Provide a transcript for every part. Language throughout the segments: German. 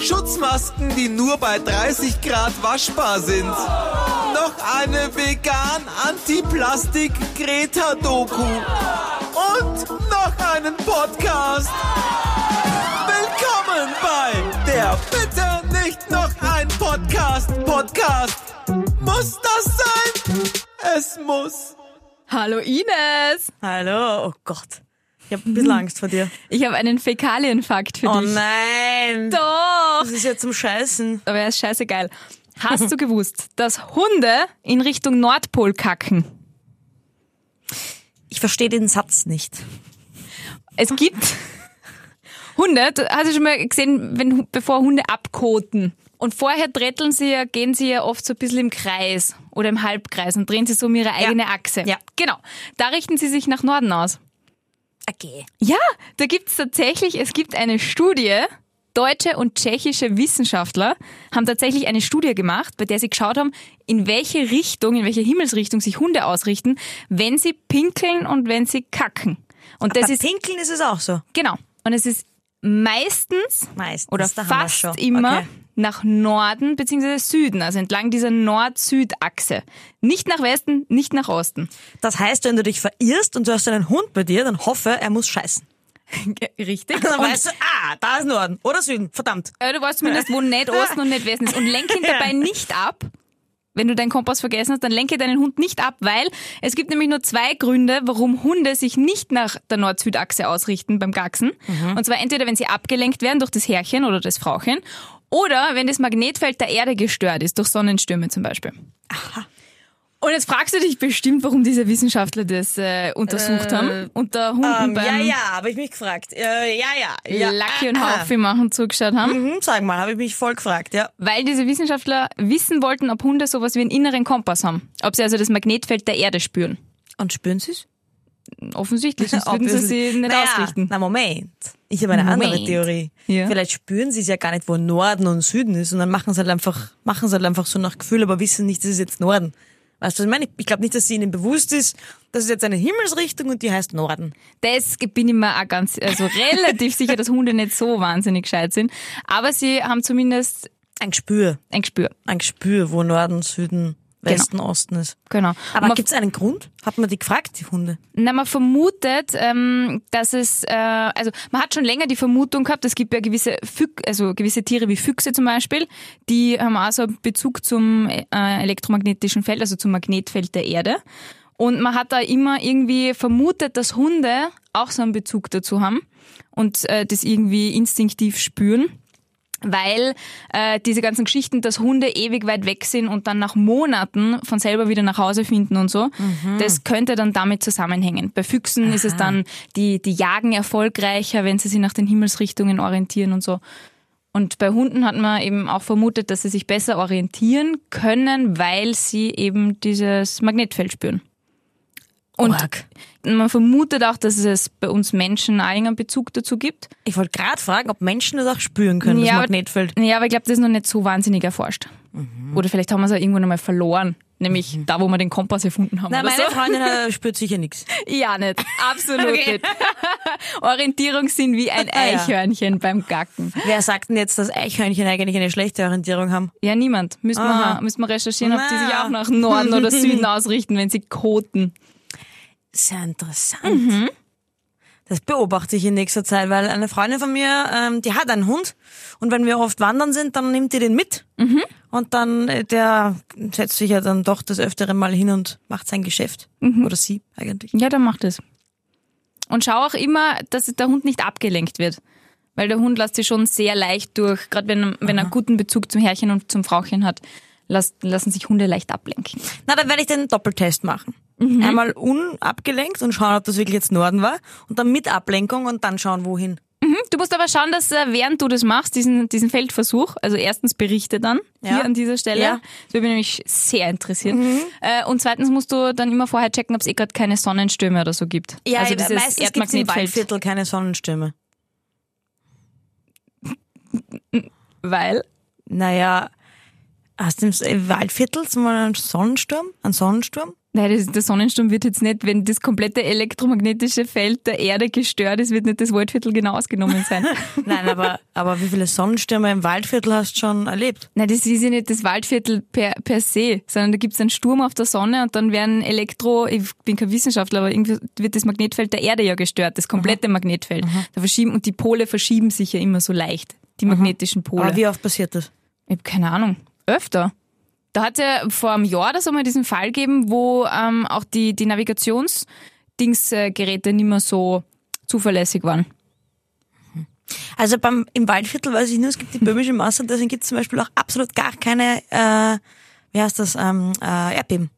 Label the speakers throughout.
Speaker 1: Schutzmasken, die nur bei 30 Grad waschbar sind. Noch eine vegan Anti-Plastik-Greta-Doku. Und noch einen Podcast. Willkommen bei der Bitte nicht noch ein Podcast. Podcast. Muss das sein? Es muss.
Speaker 2: Hallo Ines.
Speaker 3: Hallo, oh Gott. Ich habe ein bisschen Angst vor dir.
Speaker 2: Ich habe einen Fäkalienfakt für
Speaker 3: Oh
Speaker 2: dich.
Speaker 3: nein!
Speaker 2: Doch.
Speaker 3: Das ist ja zum Scheißen.
Speaker 2: Aber er ist scheißegal. Hast du gewusst, dass Hunde in Richtung Nordpol kacken?
Speaker 3: Ich verstehe den Satz nicht.
Speaker 2: Es gibt Hunde, du- hast du schon mal gesehen, wenn, Hu- bevor Hunde abkoten. Und vorher dretteln sie ja, gehen sie ja oft so ein bisschen im Kreis oder im Halbkreis und drehen sie so um ihre eigene Achse.
Speaker 3: Ja.
Speaker 2: Genau. Da richten sie sich nach Norden aus.
Speaker 3: Okay.
Speaker 2: Ja, da gibt's tatsächlich, es gibt eine Studie, deutsche und tschechische Wissenschaftler haben tatsächlich eine Studie gemacht, bei der sie geschaut haben, in welche Richtung, in welche Himmelsrichtung sich Hunde ausrichten, wenn sie pinkeln und wenn sie kacken. Und das
Speaker 3: Bei
Speaker 2: ist,
Speaker 3: Pinkeln ist es auch so.
Speaker 2: genau, und es ist meistens
Speaker 3: Meistens.
Speaker 2: oder
Speaker 3: da haben wir's
Speaker 2: fast
Speaker 3: schon.
Speaker 2: immer
Speaker 3: Okay.
Speaker 2: nach Norden bzw. Süden, also entlang dieser Nord-Süd-Achse. Nicht nach Westen, nicht nach Osten.
Speaker 3: Das heißt, wenn du dich verirrst und du hast einen Hund bei dir, dann hoffe, er muss scheißen.
Speaker 2: Richtig.
Speaker 3: Dann
Speaker 2: Und
Speaker 3: weißt du, ah, da ist Norden oder Süden, verdammt.
Speaker 2: Ja, Äh, du weißt zumindest, wo nicht Osten und nicht Westen ist. Und lenk ihn dabei nicht ab. Wenn du deinen Kompass vergessen hast, dann lenke deinen Hund nicht ab, weil es gibt nämlich nur zwei Gründe, warum Hunde sich nicht nach der Nord-Süd-Achse ausrichten beim Gaxen.
Speaker 3: Mhm.
Speaker 2: Und zwar entweder, wenn sie abgelenkt werden durch das Herrchen oder das Frauchen oder wenn das Magnetfeld der Erde gestört ist, durch Sonnenstürme zum Beispiel. Und jetzt fragst du dich bestimmt, warum diese Wissenschaftler das äh, untersucht haben. Unter Hunden
Speaker 3: Ähm, ja,
Speaker 2: beim
Speaker 3: ja, habe ich mich gefragt. Äh, ja, ja, ja. Ah.
Speaker 2: Lucky und Haufi machen zugeschaut haben.
Speaker 3: Hm, sag mal, habe ich mich voll gefragt, ja.
Speaker 2: Weil diese Wissenschaftler wissen wollten, ob Hunde sowas wie einen inneren Kompass haben. Ob sie also das Magnetfeld der Erde spüren.
Speaker 3: Und spüren sie es?
Speaker 2: Offensichtlich, sonst würden sie sie nicht
Speaker 3: Äh, naja,
Speaker 2: ausrichten.
Speaker 3: Na Moment, ich habe eine andere
Speaker 2: Moment.
Speaker 3: Theorie.
Speaker 2: Ja.
Speaker 3: Vielleicht spüren sie es ja gar nicht, wo Norden und Süden ist, und dann machen sie halt einfach, machen sie halt einfach so nach Gefühl, aber wissen nicht, das ist jetzt Norden. Weißt du, was ich meine? Ich glaube nicht, dass sie ihnen bewusst ist, das ist jetzt eine Himmelsrichtung und die heißt Norden.
Speaker 2: Das bin ich mir auch ganz, also relativ sicher, dass Hunde nicht so wahnsinnig gescheit sind. Aber sie haben zumindest
Speaker 3: Ein Gespür,
Speaker 2: ein Gespür.
Speaker 3: ein Gespür, wo Norden, Süden, Westen, Osten ist.
Speaker 2: Genau. Und
Speaker 3: Aber
Speaker 2: man-
Speaker 3: gibt es einen Grund? Hat man die gefragt, die Hunde?
Speaker 2: Na, man vermutet, ähm, dass es, äh, also man hat schon länger die Vermutung gehabt, es gibt ja gewisse Füch also gewisse Tiere wie Füchse zum Beispiel, die haben auch so einen Bezug zum äh, elektromagnetischen Feld, also zum Magnetfeld der Erde. Und man hat da immer irgendwie vermutet, dass Hunde auch so einen Bezug dazu haben und äh, das irgendwie instinktiv spüren. Weil äh, diese ganzen Geschichten, dass Hunde ewig weit weg sind und dann nach Monaten von selber wieder nach Hause finden und so, das könnte dann damit zusammenhängen. Bei Füchsen ist es dann, die, die jagen erfolgreicher, wenn sie sich nach den Himmelsrichtungen orientieren und so. Und bei Hunden hat man eben auch vermutet, dass sie sich besser orientieren können, weil sie eben dieses Magnetfeld spüren. Und
Speaker 3: Org.
Speaker 2: man vermutet auch, dass es bei uns Menschen auch irgendeinen Bezug dazu gibt.
Speaker 3: Ich wollte gerade fragen, ob Menschen das auch spüren können,
Speaker 2: Ja,
Speaker 3: das
Speaker 2: aber-
Speaker 3: Magnetfeld. Mhm.
Speaker 2: Ja, aber ich glaube, das ist noch nicht so wahnsinnig erforscht. Oder vielleicht haben wir es auch irgendwann einmal verloren. Nämlich da, wo wir den Kompass erfunden haben.
Speaker 3: Na,
Speaker 2: oder
Speaker 3: meine
Speaker 2: so.
Speaker 3: Freundin äh, spürt sicher nichts.
Speaker 2: Ja, nicht. Absolut
Speaker 3: Okay.
Speaker 2: nicht. Orientierungssinn wie ein
Speaker 3: Ah, ja.
Speaker 2: Eichhörnchen beim Gacken.
Speaker 3: Wer sagt denn jetzt, dass Eichhörnchen eigentlich eine schlechte Orientierung haben?
Speaker 2: Ja, niemand. Müssen wir,
Speaker 3: Aha.
Speaker 2: müssen wir recherchieren, ob die sich
Speaker 3: Ah. Na.
Speaker 2: auch nach Norden oder Süden ausrichten, wenn sie koten.
Speaker 3: Sehr interessant. Das beobachte ich in nächster Zeit, weil eine Freundin von mir, ähm, die hat einen Hund und wenn wir oft wandern sind, dann nimmt die den mit und dann äh, der setzt sich ja dann doch das öftere Mal hin und macht sein Geschäft oder sie eigentlich.
Speaker 2: Ja, dann macht es. Und schau auch immer, dass der Hund nicht abgelenkt wird. Weil der Hund lässt sich schon sehr leicht durch, gerade wenn, wenn er einen guten Bezug zum Herrchen und zum Frauchen hat, lass, lassen sich Hunde leicht ablenken.
Speaker 3: Na, dann werde ich den Doppeltest machen. Einmal unabgelenkt und schauen, ob das wirklich jetzt Norden war und dann mit Ablenkung und dann schauen, wohin.
Speaker 2: Du musst aber schauen, dass äh, während du das machst, diesen, diesen Feldversuch, also erstens berichte dann
Speaker 3: Ja.
Speaker 2: hier an dieser Stelle.
Speaker 3: Ja. Mhm.
Speaker 2: Das würde mich nämlich sehr interessieren. Äh, und zweitens musst du dann immer vorher checken, ob es eh gerade keine Sonnenstürme oder so gibt. also dieses
Speaker 3: meistens gibt es im
Speaker 2: Erdmagnetfeld.
Speaker 3: Waldviertel keine Sonnenstürme.
Speaker 2: Weil
Speaker 3: Naja, hast du im S- im Waldviertel zum Beispiel einen Sonnensturm? Einen Sonnensturm?
Speaker 2: Nein, das, der Sonnensturm wird jetzt nicht, wenn das komplette elektromagnetische Feld der Erde gestört ist, wird nicht das Waldviertel genau ausgenommen sein.
Speaker 3: Nein, aber, aber wie viele Sonnenstürme im Waldviertel hast du schon erlebt?
Speaker 2: Nein, das ist ja nicht das Waldviertel per, per se, sondern da gibt's einen Sturm auf der Sonne und dann werden Elektro, ich bin kein Wissenschaftler, aber irgendwie wird das Magnetfeld der Erde ja gestört, das komplette Magnetfeld. Da verschieben, und die Pole verschieben sich ja immer so leicht, die magnetischen Pole.
Speaker 3: Aber wie oft passiert das?
Speaker 2: Ich habe keine Ahnung. Öfter. Da hat ja vor einem Jahr oder so mal diesen Fall gegeben, wo ähm, auch die, die Navigationsdingsgeräte nicht mehr so zuverlässig waren.
Speaker 3: Also beim, im Waldviertel weiß ich nur, es gibt die böhmische Masse, deswegen gibt es zum Beispiel auch absolut gar keine, äh, wie heißt das, ähm, äh, Erdbeben.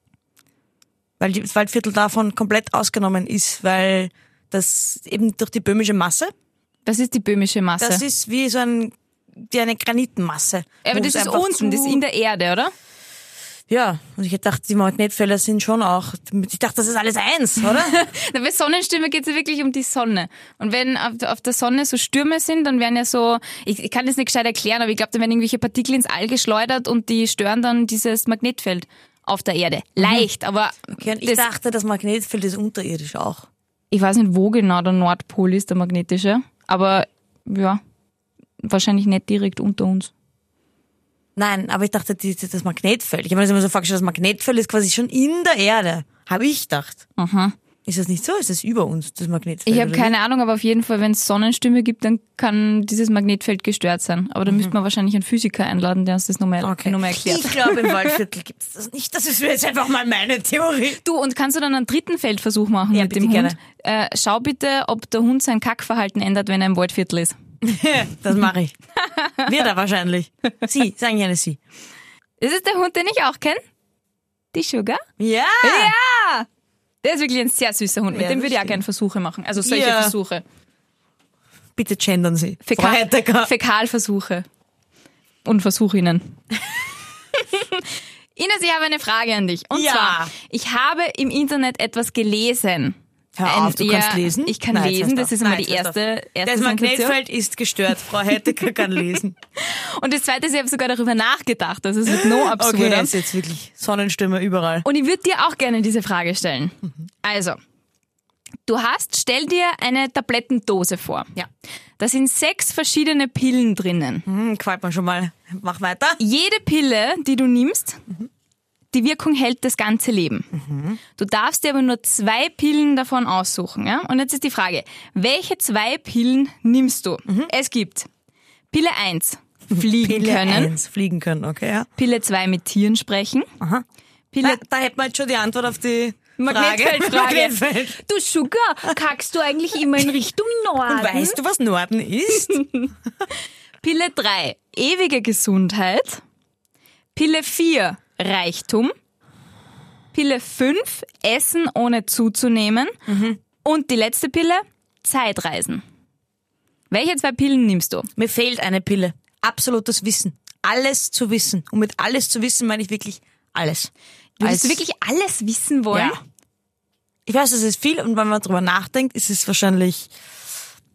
Speaker 3: Weil die- das Waldviertel davon komplett ausgenommen ist, weil das eben durch die böhmische Masse,
Speaker 2: Das ist die böhmische Masse.
Speaker 3: das ist wie so ein, wie eine Granitenmasse.
Speaker 2: aber
Speaker 3: wo
Speaker 2: das
Speaker 3: es
Speaker 2: ist
Speaker 3: einfach
Speaker 2: unten, das ist in der Erde, oder?
Speaker 3: Ja, und ich hätte gedacht, die Magnetfelder sind schon auch, ich dachte, das ist alles eins, oder?
Speaker 2: Na, bei Sonnenstürme geht's ja wirklich um die Sonne. Und wenn auf, der- auf der Sonne so Stürme sind, dann werden ja so, ich, ich kann das nicht gescheit erklären, aber ich glaube, dann werden irgendwelche Partikel ins All geschleudert und die stören dann dieses Magnetfeld auf der Erde.
Speaker 3: Mhm.
Speaker 2: Leicht, aber
Speaker 3: Okay, und ich
Speaker 2: das,
Speaker 3: dachte, das Magnetfeld ist unterirdisch auch.
Speaker 2: ich weiß nicht, wo genau der Nordpol ist, der magnetische, aber ja, wahrscheinlich nicht direkt unter uns.
Speaker 3: Nein, aber ich dachte, die, die, das Magnetfeld. Ich habe mir das immer so vorgestellt, das Magnetfeld ist quasi schon in der Erde. Habe ich gedacht.
Speaker 2: Aha.
Speaker 3: Ist das nicht so? Ist das über uns, das Magnetfeld?
Speaker 2: Mhm. Ich habe
Speaker 3: oder
Speaker 2: keine Ahnung, aber auf jeden Fall, wenn es Sonnenstürme gibt, dann kann dieses Magnetfeld gestört sein. Aber da müsste man wahrscheinlich einen Physiker einladen, der uns das nochmal
Speaker 3: wie?
Speaker 2: Mhm. okay. noch mal erklärt.
Speaker 3: Ich glaube, im Waldviertel gibt es das nicht. Das ist jetzt einfach mal meine Theorie.
Speaker 2: Du, und kannst du dann einen dritten Feldversuch machen
Speaker 3: Ja,
Speaker 2: mit
Speaker 3: bitte
Speaker 2: dem
Speaker 3: gerne.
Speaker 2: Hund? Äh, schau bitte, ob der Hund sein Kackverhalten ändert, wenn er im Waldviertel ist.
Speaker 3: Das mache ich. Wir da wahrscheinlich. Sie, sagen gerne Sie.
Speaker 2: Ist es der Hund, den ich auch kenne? Die Sugar?
Speaker 3: Ja!
Speaker 2: Der ist wirklich ein sehr süßer Hund. Mit
Speaker 3: Ja,
Speaker 2: dem
Speaker 3: das
Speaker 2: würde ich auch gerne Versuche machen. Also solche
Speaker 3: Ja.
Speaker 2: Versuche.
Speaker 3: Bitte gendern Sie. Frau
Speaker 2: Fäkal
Speaker 3: Heidecker.
Speaker 2: Fäkalversuche. Und versuch ihnen. Ines, ich habe eine Frage an dich. Und
Speaker 3: Ja.
Speaker 2: zwar, ich habe im Internet etwas gelesen.
Speaker 3: Hör auf, du
Speaker 2: Ein-
Speaker 3: kannst lesen.
Speaker 2: Ich kann
Speaker 3: Nein, jetzt
Speaker 2: lesen,
Speaker 3: hörst
Speaker 2: das
Speaker 3: du auf.
Speaker 2: ist einmal
Speaker 3: Nein,
Speaker 2: die
Speaker 3: jetzt hörst du
Speaker 2: erste,
Speaker 3: auf.
Speaker 2: erste
Speaker 3: Das
Speaker 2: Sensation.
Speaker 3: Magnetfeld ist gestört. Frau Heidecker kann lesen.
Speaker 2: Und das zweite ist, ich habe sogar darüber nachgedacht. Also es wird no absurder.
Speaker 3: ist jetzt wirklich Sonnenstürme überall.
Speaker 2: Und ich würde dir auch gerne diese Frage stellen.
Speaker 3: Mhm.
Speaker 2: Also, du hast, stell dir eine Tablettendose vor.
Speaker 3: Ja.
Speaker 2: Da sind sechs verschiedene Pillen drinnen.
Speaker 3: Hm, gefällt mir schon mal. Mach weiter.
Speaker 2: Jede Pille, die du nimmst,
Speaker 3: Mhm.
Speaker 2: die Wirkung hält das ganze Leben. Du darfst dir aber nur zwei Pillen davon aussuchen. Ja? Und jetzt ist die Frage, welche zwei Pillen nimmst du?
Speaker 3: Mhm.
Speaker 2: Es gibt Pille 1, fliegen können.
Speaker 3: eins, fliegen können, okay, ja.
Speaker 2: Pille 2, mit Tieren sprechen.
Speaker 3: Da,
Speaker 2: Pille
Speaker 3: da hätten wir jetzt schon die Antwort auf die
Speaker 2: Magnetfeldfrage.
Speaker 3: Frage. Magnetfeld.
Speaker 2: Du Sugar, kackst du eigentlich immer in Richtung Norden?
Speaker 3: Weißt du, was Norden ist?
Speaker 2: Pille 3, ewige Gesundheit. Pille 4, Reichtum. Pille 5, Essen ohne zuzunehmen.
Speaker 3: Mhm.
Speaker 2: Und die letzte Pille, Zeitreisen. Welche zwei Pillen nimmst du?
Speaker 3: Mir fehlt eine Pille. Absolutes Wissen. Alles zu wissen. Und mit alles zu wissen meine ich wirklich alles.
Speaker 2: Würdest du
Speaker 3: Als-
Speaker 2: wirklich alles wissen wollen?
Speaker 3: Ja. Ich weiß, es ist viel und wenn man drüber nachdenkt, ist es wahrscheinlich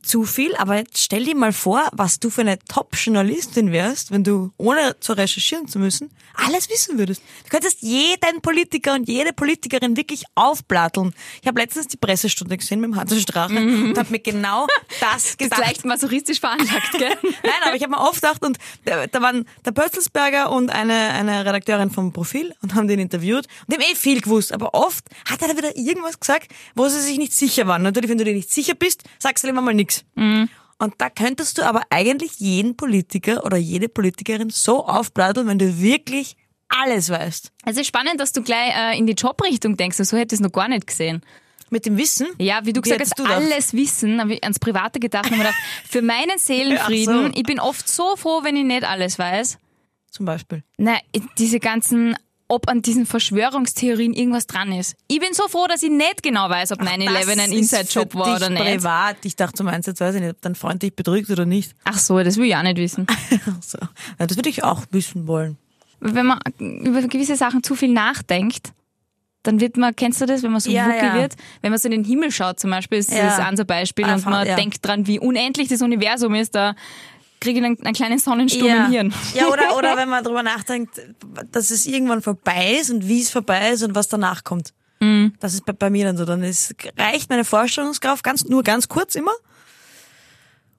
Speaker 3: zu viel, aber jetzt stell dir mal vor, was du für eine Top-Journalistin wärst, wenn du, ohne zu recherchieren zu müssen, alles wissen würdest. Du könntest jeden Politiker und jede Politikerin wirklich aufplatteln. Ich habe letztens die Pressestunde gesehen mit dem Hans Strache und habe mir genau das
Speaker 2: Du
Speaker 3: gedacht.
Speaker 2: gleich masochistisch veranlagt, gell?
Speaker 3: Nein, aber ich habe mir oft gedacht, und da, da waren der Pötzelsberger und eine, eine Redakteurin vom Profil und haben den interviewt und die haben eh viel gewusst, aber oft hat er da wieder irgendwas gesagt, wo sie sich nicht sicher waren. Natürlich, wenn du dir nicht sicher bist, sagst du lieber mal nichts.
Speaker 2: Mhm.
Speaker 3: Und da könntest du aber eigentlich jeden Politiker oder jede Politikerin so aufbladeln, wenn du wirklich alles weißt.
Speaker 2: Es ist spannend, dass du gleich äh, in die Jobrichtung denkst. So hätte ich es noch gar nicht gesehen.
Speaker 3: Mit dem Wissen.
Speaker 2: Ja, wie du gesagt
Speaker 3: hättest
Speaker 2: hast,
Speaker 3: du gedacht?
Speaker 2: alles Wissen, habe ich ans Private gedacht und mir gedacht, für meinen Seelenfrieden,
Speaker 3: Ach so.
Speaker 2: ich bin oft so froh, wenn ich nicht alles weiß.
Speaker 3: Zum Beispiel.
Speaker 2: Na, diese ganzen, ob an diesen Verschwörungstheorien irgendwas dran ist. Ich bin so froh, dass ich nicht genau weiß, ob 9-11 ein
Speaker 3: Das ist
Speaker 2: Inside-Job
Speaker 3: für
Speaker 2: war
Speaker 3: dich
Speaker 2: oder nicht.
Speaker 3: privat. Ich dachte, du meinst jetzt, weiß ich nicht, ob dein Freund dich betrügt oder nicht.
Speaker 2: Ach so, das will ich auch nicht wissen.
Speaker 3: So. Ja, das würde ich auch wissen wollen.
Speaker 2: Wenn man über gewisse Sachen zu viel nachdenkt, dann wird man, kennst du das, wenn man so
Speaker 3: Ja,
Speaker 2: wuckel
Speaker 3: ja.
Speaker 2: wird? Wenn man so in den Himmel schaut zum Beispiel, ist
Speaker 3: Ja.
Speaker 2: das unser Beispiel
Speaker 3: Einfach,
Speaker 2: und man
Speaker 3: ja.
Speaker 2: denkt dran, wie unendlich das Universum ist, da kriege ich einen, einen kleinen Sonnensturm im Hirn.
Speaker 3: Ja, oder, oder wenn man drüber nachdenkt, dass es irgendwann vorbei ist und wie es vorbei ist und was danach kommt. Das ist bei, bei mir dann so. Dann ist, reicht meine Vorstellungskraft ganz, nur ganz kurz immer.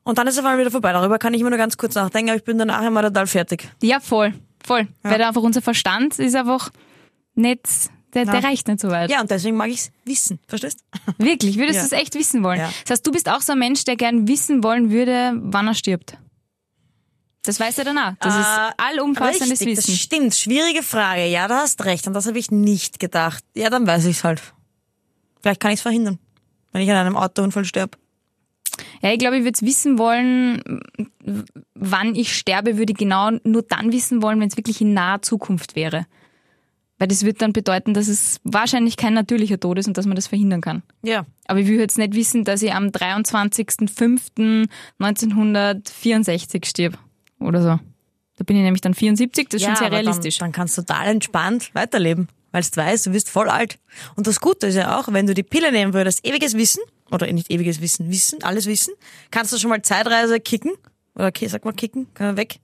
Speaker 3: Und dann ist es auf einmal wieder vorbei. Darüber kann ich immer nur ganz kurz nachdenken, aber ich bin danach immer total fertig.
Speaker 2: Ja, voll. Voll. Weil da einfach unser Verstand ist einfach nicht, der, der
Speaker 3: Ja.
Speaker 2: reicht nicht so weit.
Speaker 3: Ja, und deswegen mag ich es wissen. Verstehst?
Speaker 2: Wirklich, würdest
Speaker 3: Ja.
Speaker 2: du es echt wissen wollen?
Speaker 3: Ja.
Speaker 2: Das heißt, du bist auch so ein Mensch, der gern wissen wollen würde, wann er stirbt. Das weiß er danach. Das ist
Speaker 3: Äh,
Speaker 2: allumfassendes
Speaker 3: Richtig,
Speaker 2: Wissen.
Speaker 3: Das stimmt. Schwierige Frage. Ja, da hast recht. An das habe ich nicht gedacht. Ja, dann weiß ich es halt. Vielleicht kann ich es verhindern, wenn ich an einem Autounfall sterbe.
Speaker 2: Ja, ich glaube, ich würde es wissen wollen, w- wann ich sterbe, würde ich genau nur dann wissen wollen, wenn es wirklich in naher Zukunft wäre. Weil das würde dann bedeuten, dass es wahrscheinlich kein natürlicher Tod ist und dass man das verhindern kann.
Speaker 3: Ja.
Speaker 2: Aber ich würde jetzt nicht wissen, dass ich am 23.05.1964 stirb oder so. Da bin ich nämlich dann 74, das ist schon sehr
Speaker 3: aber
Speaker 2: realistisch.
Speaker 3: Dann, dann kannst du total entspannt weiterleben, weil du weißt, du bist voll alt. Und das Gute ist ja auch, wenn du die Pille nehmen würdest, ewiges Wissen, oder nicht ewiges Wissen, Wissen, alles Wissen, kannst du schon mal Zeitreise kicken, oder okay, sag mal kicken, kann man weg,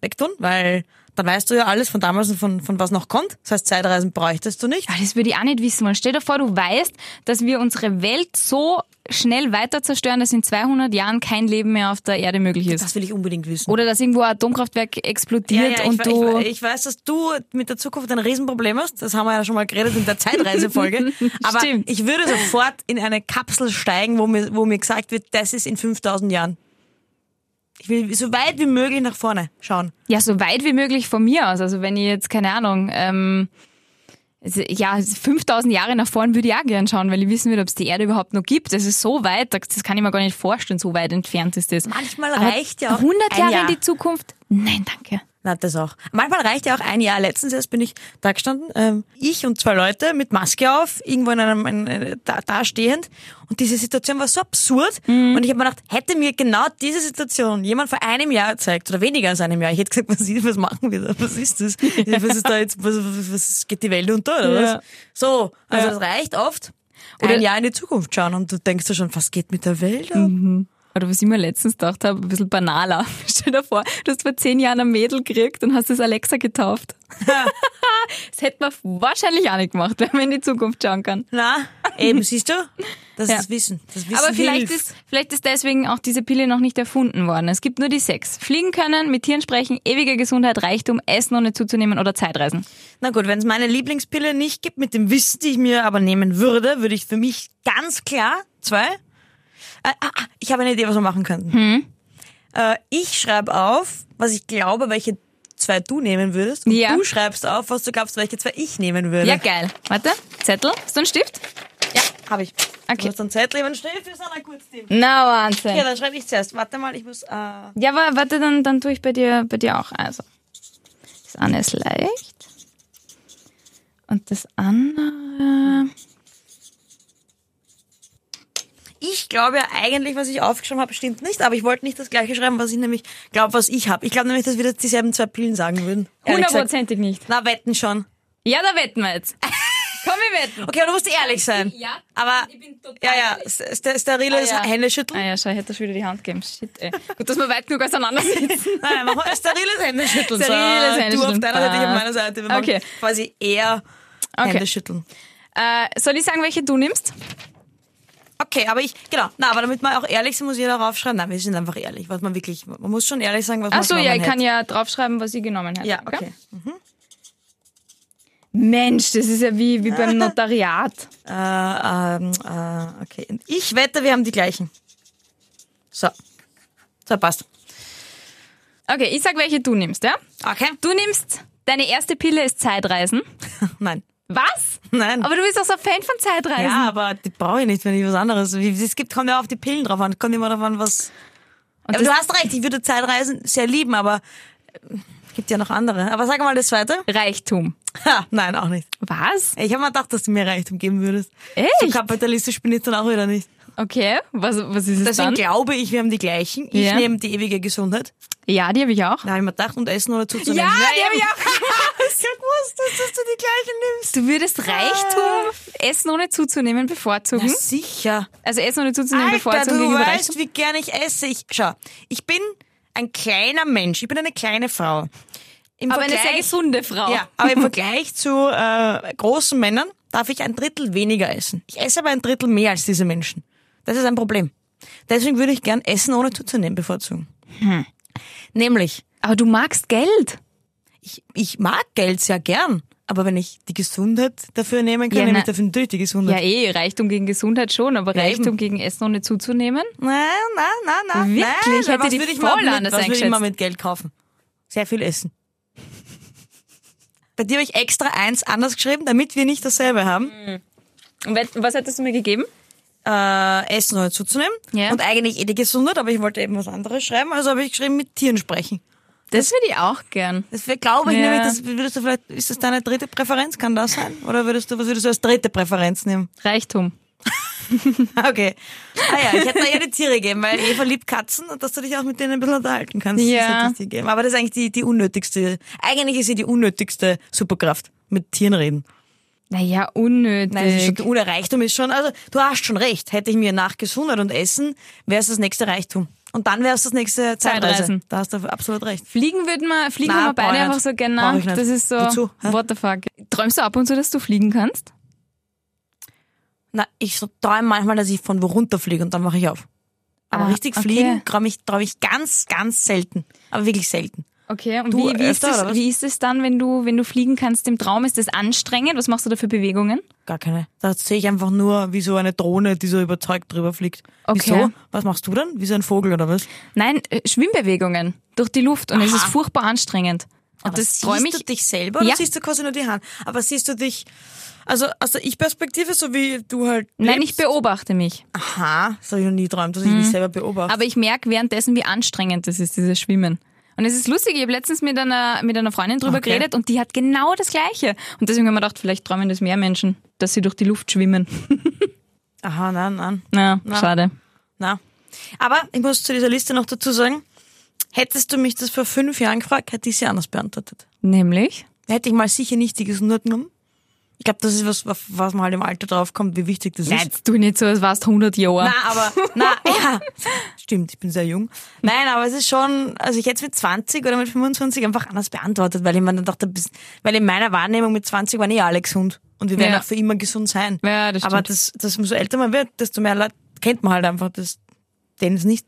Speaker 3: wegtun, weil dann weißt du ja alles von damals und von, von was noch kommt. Das heißt, Zeitreisen bräuchtest du nicht.
Speaker 2: Ah, Das würde ich auch nicht wissen wollen. Stell dir vor, du weißt, dass wir unsere Welt so schnell weiter zerstören, dass in 200 Jahren kein Leben mehr auf der Erde möglich ist.
Speaker 3: Das will ich unbedingt wissen.
Speaker 2: Oder dass irgendwo ein Atomkraftwerk
Speaker 3: Ja,
Speaker 2: explodiert
Speaker 3: ja,
Speaker 2: und
Speaker 3: ich,
Speaker 2: du.
Speaker 3: ich, ich weiß, dass du mit der Zukunft ein Riesenproblem hast. Das haben wir ja schon mal geredet in der Zeitreisefolge. Aber
Speaker 2: Stimmt.
Speaker 3: ich würde sofort in eine Kapsel steigen, wo mir, wo mir gesagt wird, das ist in 5000 Jahren. Ich will so weit wie möglich nach vorne schauen.
Speaker 2: Ja, so weit wie möglich von mir aus. Also wenn ich jetzt, keine Ahnung, ähm, also, ja, 5000 Jahre nach vorn würde ich auch gern schauen, weil ich wissen würde, ob es die Erde überhaupt noch gibt. Das ist so weit, das kann ich mir gar nicht vorstellen, so weit entfernt ist das.
Speaker 3: Manchmal
Speaker 2: Aber
Speaker 3: reicht ja auch
Speaker 2: 100
Speaker 3: ein
Speaker 2: Jahre in
Speaker 3: Jahr.
Speaker 2: die Zukunft? Nein, danke.
Speaker 3: Na, das auch. Manchmal reicht ja auch ein Jahr. Letztens erst bin ich da gestanden, ähm, ich und zwei Leute mit Maske auf, irgendwo in einem, in, äh, da, da stehend. Und diese Situation war so absurd.
Speaker 2: Mhm.
Speaker 3: Und ich habe mir gedacht, hätte mir genau diese Situation jemand vor einem Jahr gezeigt oder weniger als einem Jahr, ich hätte gesagt, was, ist, was machen wir da? Was ist das? Was ist da jetzt? Was, was, was geht die Welt unter oder
Speaker 2: Ja.
Speaker 3: was? So, also
Speaker 2: Ja.
Speaker 3: das reicht oft.
Speaker 2: Oder-
Speaker 3: Oder ein Jahr in die Zukunft schauen und du denkst dir schon, was geht mit der Welt ab?
Speaker 2: Mhm. Oder was ich mir letztens gedacht habe, ein bisschen banaler. Stell dir vor, du hast vor zehn Jahren ein Mädel gekriegt und hast es Alexa getauft. das hätte man wahrscheinlich auch nicht gemacht, wenn man in die Zukunft schauen kann.
Speaker 3: Na, eben, siehst du? Das
Speaker 2: Ja.
Speaker 3: ist Wissen. Das Wissen
Speaker 2: Aber vielleicht
Speaker 3: hilft.
Speaker 2: ist, vielleicht ist deswegen auch diese Pille noch nicht erfunden worden. Es gibt nur die sechs. Fliegen können, mit Tieren sprechen, ewige Gesundheit, Reichtum, Essen ohne zuzunehmen oder Zeitreisen.
Speaker 3: Na gut, wenn es meine Lieblingspille nicht gibt, mit dem Wissen, die ich mir aber nehmen würde, würde ich für mich ganz klar zwei. Äh, ah, ah, ich habe eine Idee, was wir machen könnten. Äh, ich schreibe auf, was ich glaube, welche zwei du nehmen würdest. Und
Speaker 2: Ja.
Speaker 3: du schreibst auf, was du glaubst, welche zwei ich nehmen würde.
Speaker 2: Ja, geil. Warte, Zettel. Hast du einen Stift?
Speaker 3: ja habe ich.
Speaker 2: Okay.
Speaker 3: Du hast einen Zettel, einen Stift, wir sind ein gutes Team.
Speaker 2: Na, Wahnsinn.
Speaker 3: Ja, dann schreibe ich zuerst. Warte mal, ich muss... Äh,
Speaker 2: Ja, wa- warte, dann, dann tue ich bei dir, bei dir auch. Also, das eine ist leicht. Und das andere.
Speaker 3: Ich glaube ja eigentlich, was ich aufgeschrieben habe, stimmt nicht, aber ich wollte nicht das gleiche schreiben, was ich nämlich glaube, was ich habe. Ich glaube nämlich, dass wir das dieselben zwei Pillen sagen würden. Ehrlich gesagt.
Speaker 2: Hundertprozentig nicht.
Speaker 3: Na, wetten schon.
Speaker 2: Ja, da wetten wir jetzt. Komm, wir wetten.
Speaker 3: Okay, aber du musst ehrlich sein.
Speaker 2: Ja,
Speaker 3: Aber,
Speaker 2: ich bin total
Speaker 3: ja, ja,
Speaker 2: ehrlich.
Speaker 3: st- st- steriles
Speaker 2: Ah, ja.
Speaker 3: Händeschütteln.
Speaker 2: Ah ja, schau, ich hätte schon wieder die Hand gegeben. Shit, ey. Gut, dass wir weit genug auseinander sitzen.
Speaker 3: Nein, nein, mach mal steriles Händeschütteln.
Speaker 2: Steriles
Speaker 3: so, Du auf
Speaker 2: Händeschütteln.
Speaker 3: deiner Seite, ich auf meiner Seite. Wir machen
Speaker 2: Okay.
Speaker 3: quasi eher
Speaker 2: Okay.
Speaker 3: Händeschütteln.
Speaker 2: Äh, soll ich sagen, welche du nimmst?
Speaker 3: Okay, aber ich, genau. Na, aber damit man auch ehrlich sind, muss jeder raufschreiben. Nein, wir sind einfach ehrlich, was man wirklich, man muss schon ehrlich sagen, was man
Speaker 2: Ach so, ja,
Speaker 3: genommen
Speaker 2: ich kann
Speaker 3: hätte.
Speaker 2: ja draufschreiben, was ich genommen hätte.
Speaker 3: Ja, okay.
Speaker 2: Mensch, das ist ja wie, wie beim Notariat.
Speaker 3: Äh, ähm, äh, okay. Und Ich wette, wir haben die gleichen. So. So, passt.
Speaker 2: Okay, ich sag, welche du nimmst, ja?
Speaker 3: Okay.
Speaker 2: Du nimmst, deine erste Pille ist Zeitreisen.
Speaker 3: Nein.
Speaker 2: Was?
Speaker 3: Nein.
Speaker 2: Aber du bist auch so ein Fan von Zeitreisen.
Speaker 3: ja, aber die brauche ich nicht, wenn ich was anderes. Wie- Es gibt, kommt ja auf die Pillen drauf an. Kommt immer drauf an, was.
Speaker 2: Und
Speaker 3: aber du
Speaker 2: das
Speaker 3: hast recht, ich würde Zeitreisen sehr lieben, aber äh, gibt ja noch andere. Aber sag mal das zweite.
Speaker 2: Reichtum.
Speaker 3: Ha, nein, auch nicht.
Speaker 2: Was?
Speaker 3: Ich habe mal gedacht, dass du mir Reichtum geben würdest.
Speaker 2: Echt?
Speaker 3: So kapitalistisch bin ich dann auch wieder nicht.
Speaker 2: Okay, was, was ist es
Speaker 3: Deswegen
Speaker 2: dann?
Speaker 3: glaube ich, wir haben die gleichen. Ich
Speaker 2: Ja.
Speaker 3: nehme die ewige Gesundheit.
Speaker 2: Ja, die habe ich auch.
Speaker 3: Da habe ich mir gedacht, und Essen oder zuzunehmen.
Speaker 2: Ja, die habe
Speaker 3: eben.
Speaker 2: ich auch.
Speaker 3: Ich hab gewusst, dass, dass du die gleichen nimmst.
Speaker 2: Du würdest
Speaker 3: Ah.
Speaker 2: Reichtum, Essen ohne zuzunehmen, bevorzugen.
Speaker 3: sicher.
Speaker 2: Also Essen ohne zuzunehmen,
Speaker 3: Alter,
Speaker 2: bevorzugen
Speaker 3: du
Speaker 2: gegenüber
Speaker 3: weißt,
Speaker 2: Reichtum.
Speaker 3: wie gerne ich esse. Ich, schau, ich bin ein kleiner Mensch. Ich bin eine kleine Frau. Im
Speaker 2: Aber eine
Speaker 3: Vergleich,
Speaker 2: sehr gesunde Frau.
Speaker 3: Ja, aber im Vergleich zu äh, großen Männern, darf ich ein Drittel weniger essen. Ich esse aber ein Drittel mehr als diese Menschen. Das ist ein Problem. Deswegen würde ich gern Essen ohne zuzunehmen bevorzugen.
Speaker 2: Hm.
Speaker 3: Nämlich,
Speaker 2: Aber du magst Geld.
Speaker 3: ich, ich mag Geld sehr gern, aber wenn ich die Gesundheit dafür nehmen kann,
Speaker 2: Ja,
Speaker 3: nehme
Speaker 2: na-
Speaker 3: ich dafür natürlich die Gesundheit.
Speaker 2: Ja, eh, Reichtum gegen Gesundheit schon, aber Reichtum gegen Essen ohne zuzunehmen?
Speaker 3: Nein, nein, nein, nein.
Speaker 2: Wirklich?
Speaker 3: Nein, weil
Speaker 2: Hätte
Speaker 3: was
Speaker 2: die
Speaker 3: würde ich
Speaker 2: voll
Speaker 3: mal mit,
Speaker 2: anders
Speaker 3: was würde ich mal
Speaker 2: eingeschätzt.
Speaker 3: mit Geld kaufen? Sehr viel essen. Bei dir habe ich extra eins anders geschrieben, damit wir nicht dasselbe haben.
Speaker 2: Mhm. Und we- was hättest du mir gegeben?
Speaker 3: Äh, essen oder zuzunehmen.
Speaker 2: Ja.
Speaker 3: Und eigentlich eh die Gesundheit, aber ich wollte eben was anderes schreiben, also habe ich geschrieben, mit Tieren sprechen.
Speaker 2: Das würde ich auch gern.
Speaker 3: Das wär- glaube ich
Speaker 2: Ja.
Speaker 3: nämlich, das würdest du vielleicht, ist das deine dritte Präferenz? Kann das sein? Oder würdest du, was würdest du als dritte Präferenz nehmen?
Speaker 2: Reichtum.
Speaker 3: Okay. Ah ja, ich hätte dir ja die Tiere gegeben, weil Eva liebt Katzen und dass du dich auch mit denen ein bisschen unterhalten kannst. Das
Speaker 2: Ja.
Speaker 3: hätte ich dir gegeben. Aber das ist eigentlich die, die unnötigste, eigentlich ist sie die unnötigste Superkraft. Mit Tieren reden.
Speaker 2: Naja, unnötig.
Speaker 3: Nein, das ist schon, ohne Reichtum ist schon, also du hast schon recht. Hätte ich mir nach Gesundheit und Essen, wäre es das nächste Reichtum. Und dann wäre es das nächste Zeitreise.
Speaker 2: Zeitreisen.
Speaker 3: Da hast du absolut recht.
Speaker 2: Fliegen würden wir, fliegen
Speaker 3: Na,
Speaker 2: haben wir
Speaker 3: brauch
Speaker 2: beide
Speaker 3: ich
Speaker 2: einfach
Speaker 3: nicht.
Speaker 2: so gerne.
Speaker 3: Brauch ich nicht.
Speaker 2: Das ist so,
Speaker 3: Wozu? Hä?
Speaker 2: what the fuck. Träumst du ab und zu, dass du fliegen kannst?
Speaker 3: Na, ich so träume manchmal, dass ich von wo runterfliege und dann mache ich auf. Aber
Speaker 2: Ah,
Speaker 3: richtig
Speaker 2: okay.
Speaker 3: fliegen träume ich, träum ich ganz, ganz selten. Aber wirklich selten.
Speaker 2: Okay, und
Speaker 3: Du
Speaker 2: wie, wie, ist
Speaker 3: öfter, oder
Speaker 2: das,
Speaker 3: was?
Speaker 2: wie ist es dann, wenn du, wenn du fliegen kannst im Traum? Ist das anstrengend? Was machst du da für Bewegungen?
Speaker 3: Gar keine. Da sehe ich einfach nur wie so eine Drohne, die so überzeugt drüber fliegt.
Speaker 2: Okay.
Speaker 3: Wieso? Was machst du dann? Wie so ein Vogel oder was?
Speaker 2: Nein, äh, Schwimmbewegungen durch die Luft und es
Speaker 3: Aha.
Speaker 2: ist furchtbar anstrengend. Und das
Speaker 3: siehst
Speaker 2: träume
Speaker 3: du
Speaker 2: ich.
Speaker 3: dich selber oder
Speaker 2: Ja.
Speaker 3: siehst du quasi nur die Hand? Aber siehst du dich, also aus der Ich-Perspektive, so wie du halt
Speaker 2: Nein, ich
Speaker 3: lebst?
Speaker 2: beobachte mich.
Speaker 3: Aha, das habe ich noch nie geträumt, dass ich mich selber beobachte.
Speaker 2: Aber ich merke währenddessen, wie anstrengend das ist, dieses Schwimmen. Und es ist lustig, ich habe letztens mit einer, mit einer Freundin drüber
Speaker 3: Okay.
Speaker 2: geredet und die hat genau das Gleiche. Und deswegen haben wir gedacht, vielleicht träumen das mehr Menschen, dass sie durch die Luft schwimmen.
Speaker 3: Aha, nein, nein.
Speaker 2: Na, schade.
Speaker 3: Na. Aber ich muss zu dieser Liste noch dazu sagen, hättest du mich das vor fünf Jahren gefragt, hätte ich sie anders beantwortet.
Speaker 2: Nämlich?
Speaker 3: Hätte ich mal sicher nicht die Gesundheit genommen. Ich glaube, das ist was, auf was man halt im Alter draufkommt, wie wichtig das
Speaker 2: Nein,
Speaker 3: ist.
Speaker 2: jetzt tu nicht so, als warst 100 Jahre.
Speaker 3: Na, aber, na, ja. Stimmt, ich bin sehr jung. Nein, aber es ist schon, also ich hätte es mit 20 oder mit 25 einfach anders beantwortet, weil ich mir dann dachte, bis- weil in meiner Wahrnehmung mit 20 waren eh alle gesund. Und wir werden
Speaker 2: Ja.
Speaker 3: auch für immer gesund sein.
Speaker 2: Ja, das
Speaker 3: aber
Speaker 2: stimmt.
Speaker 3: das, das, umso älter man wird, desto mehr Leute kennt man halt einfach, dass denen es nicht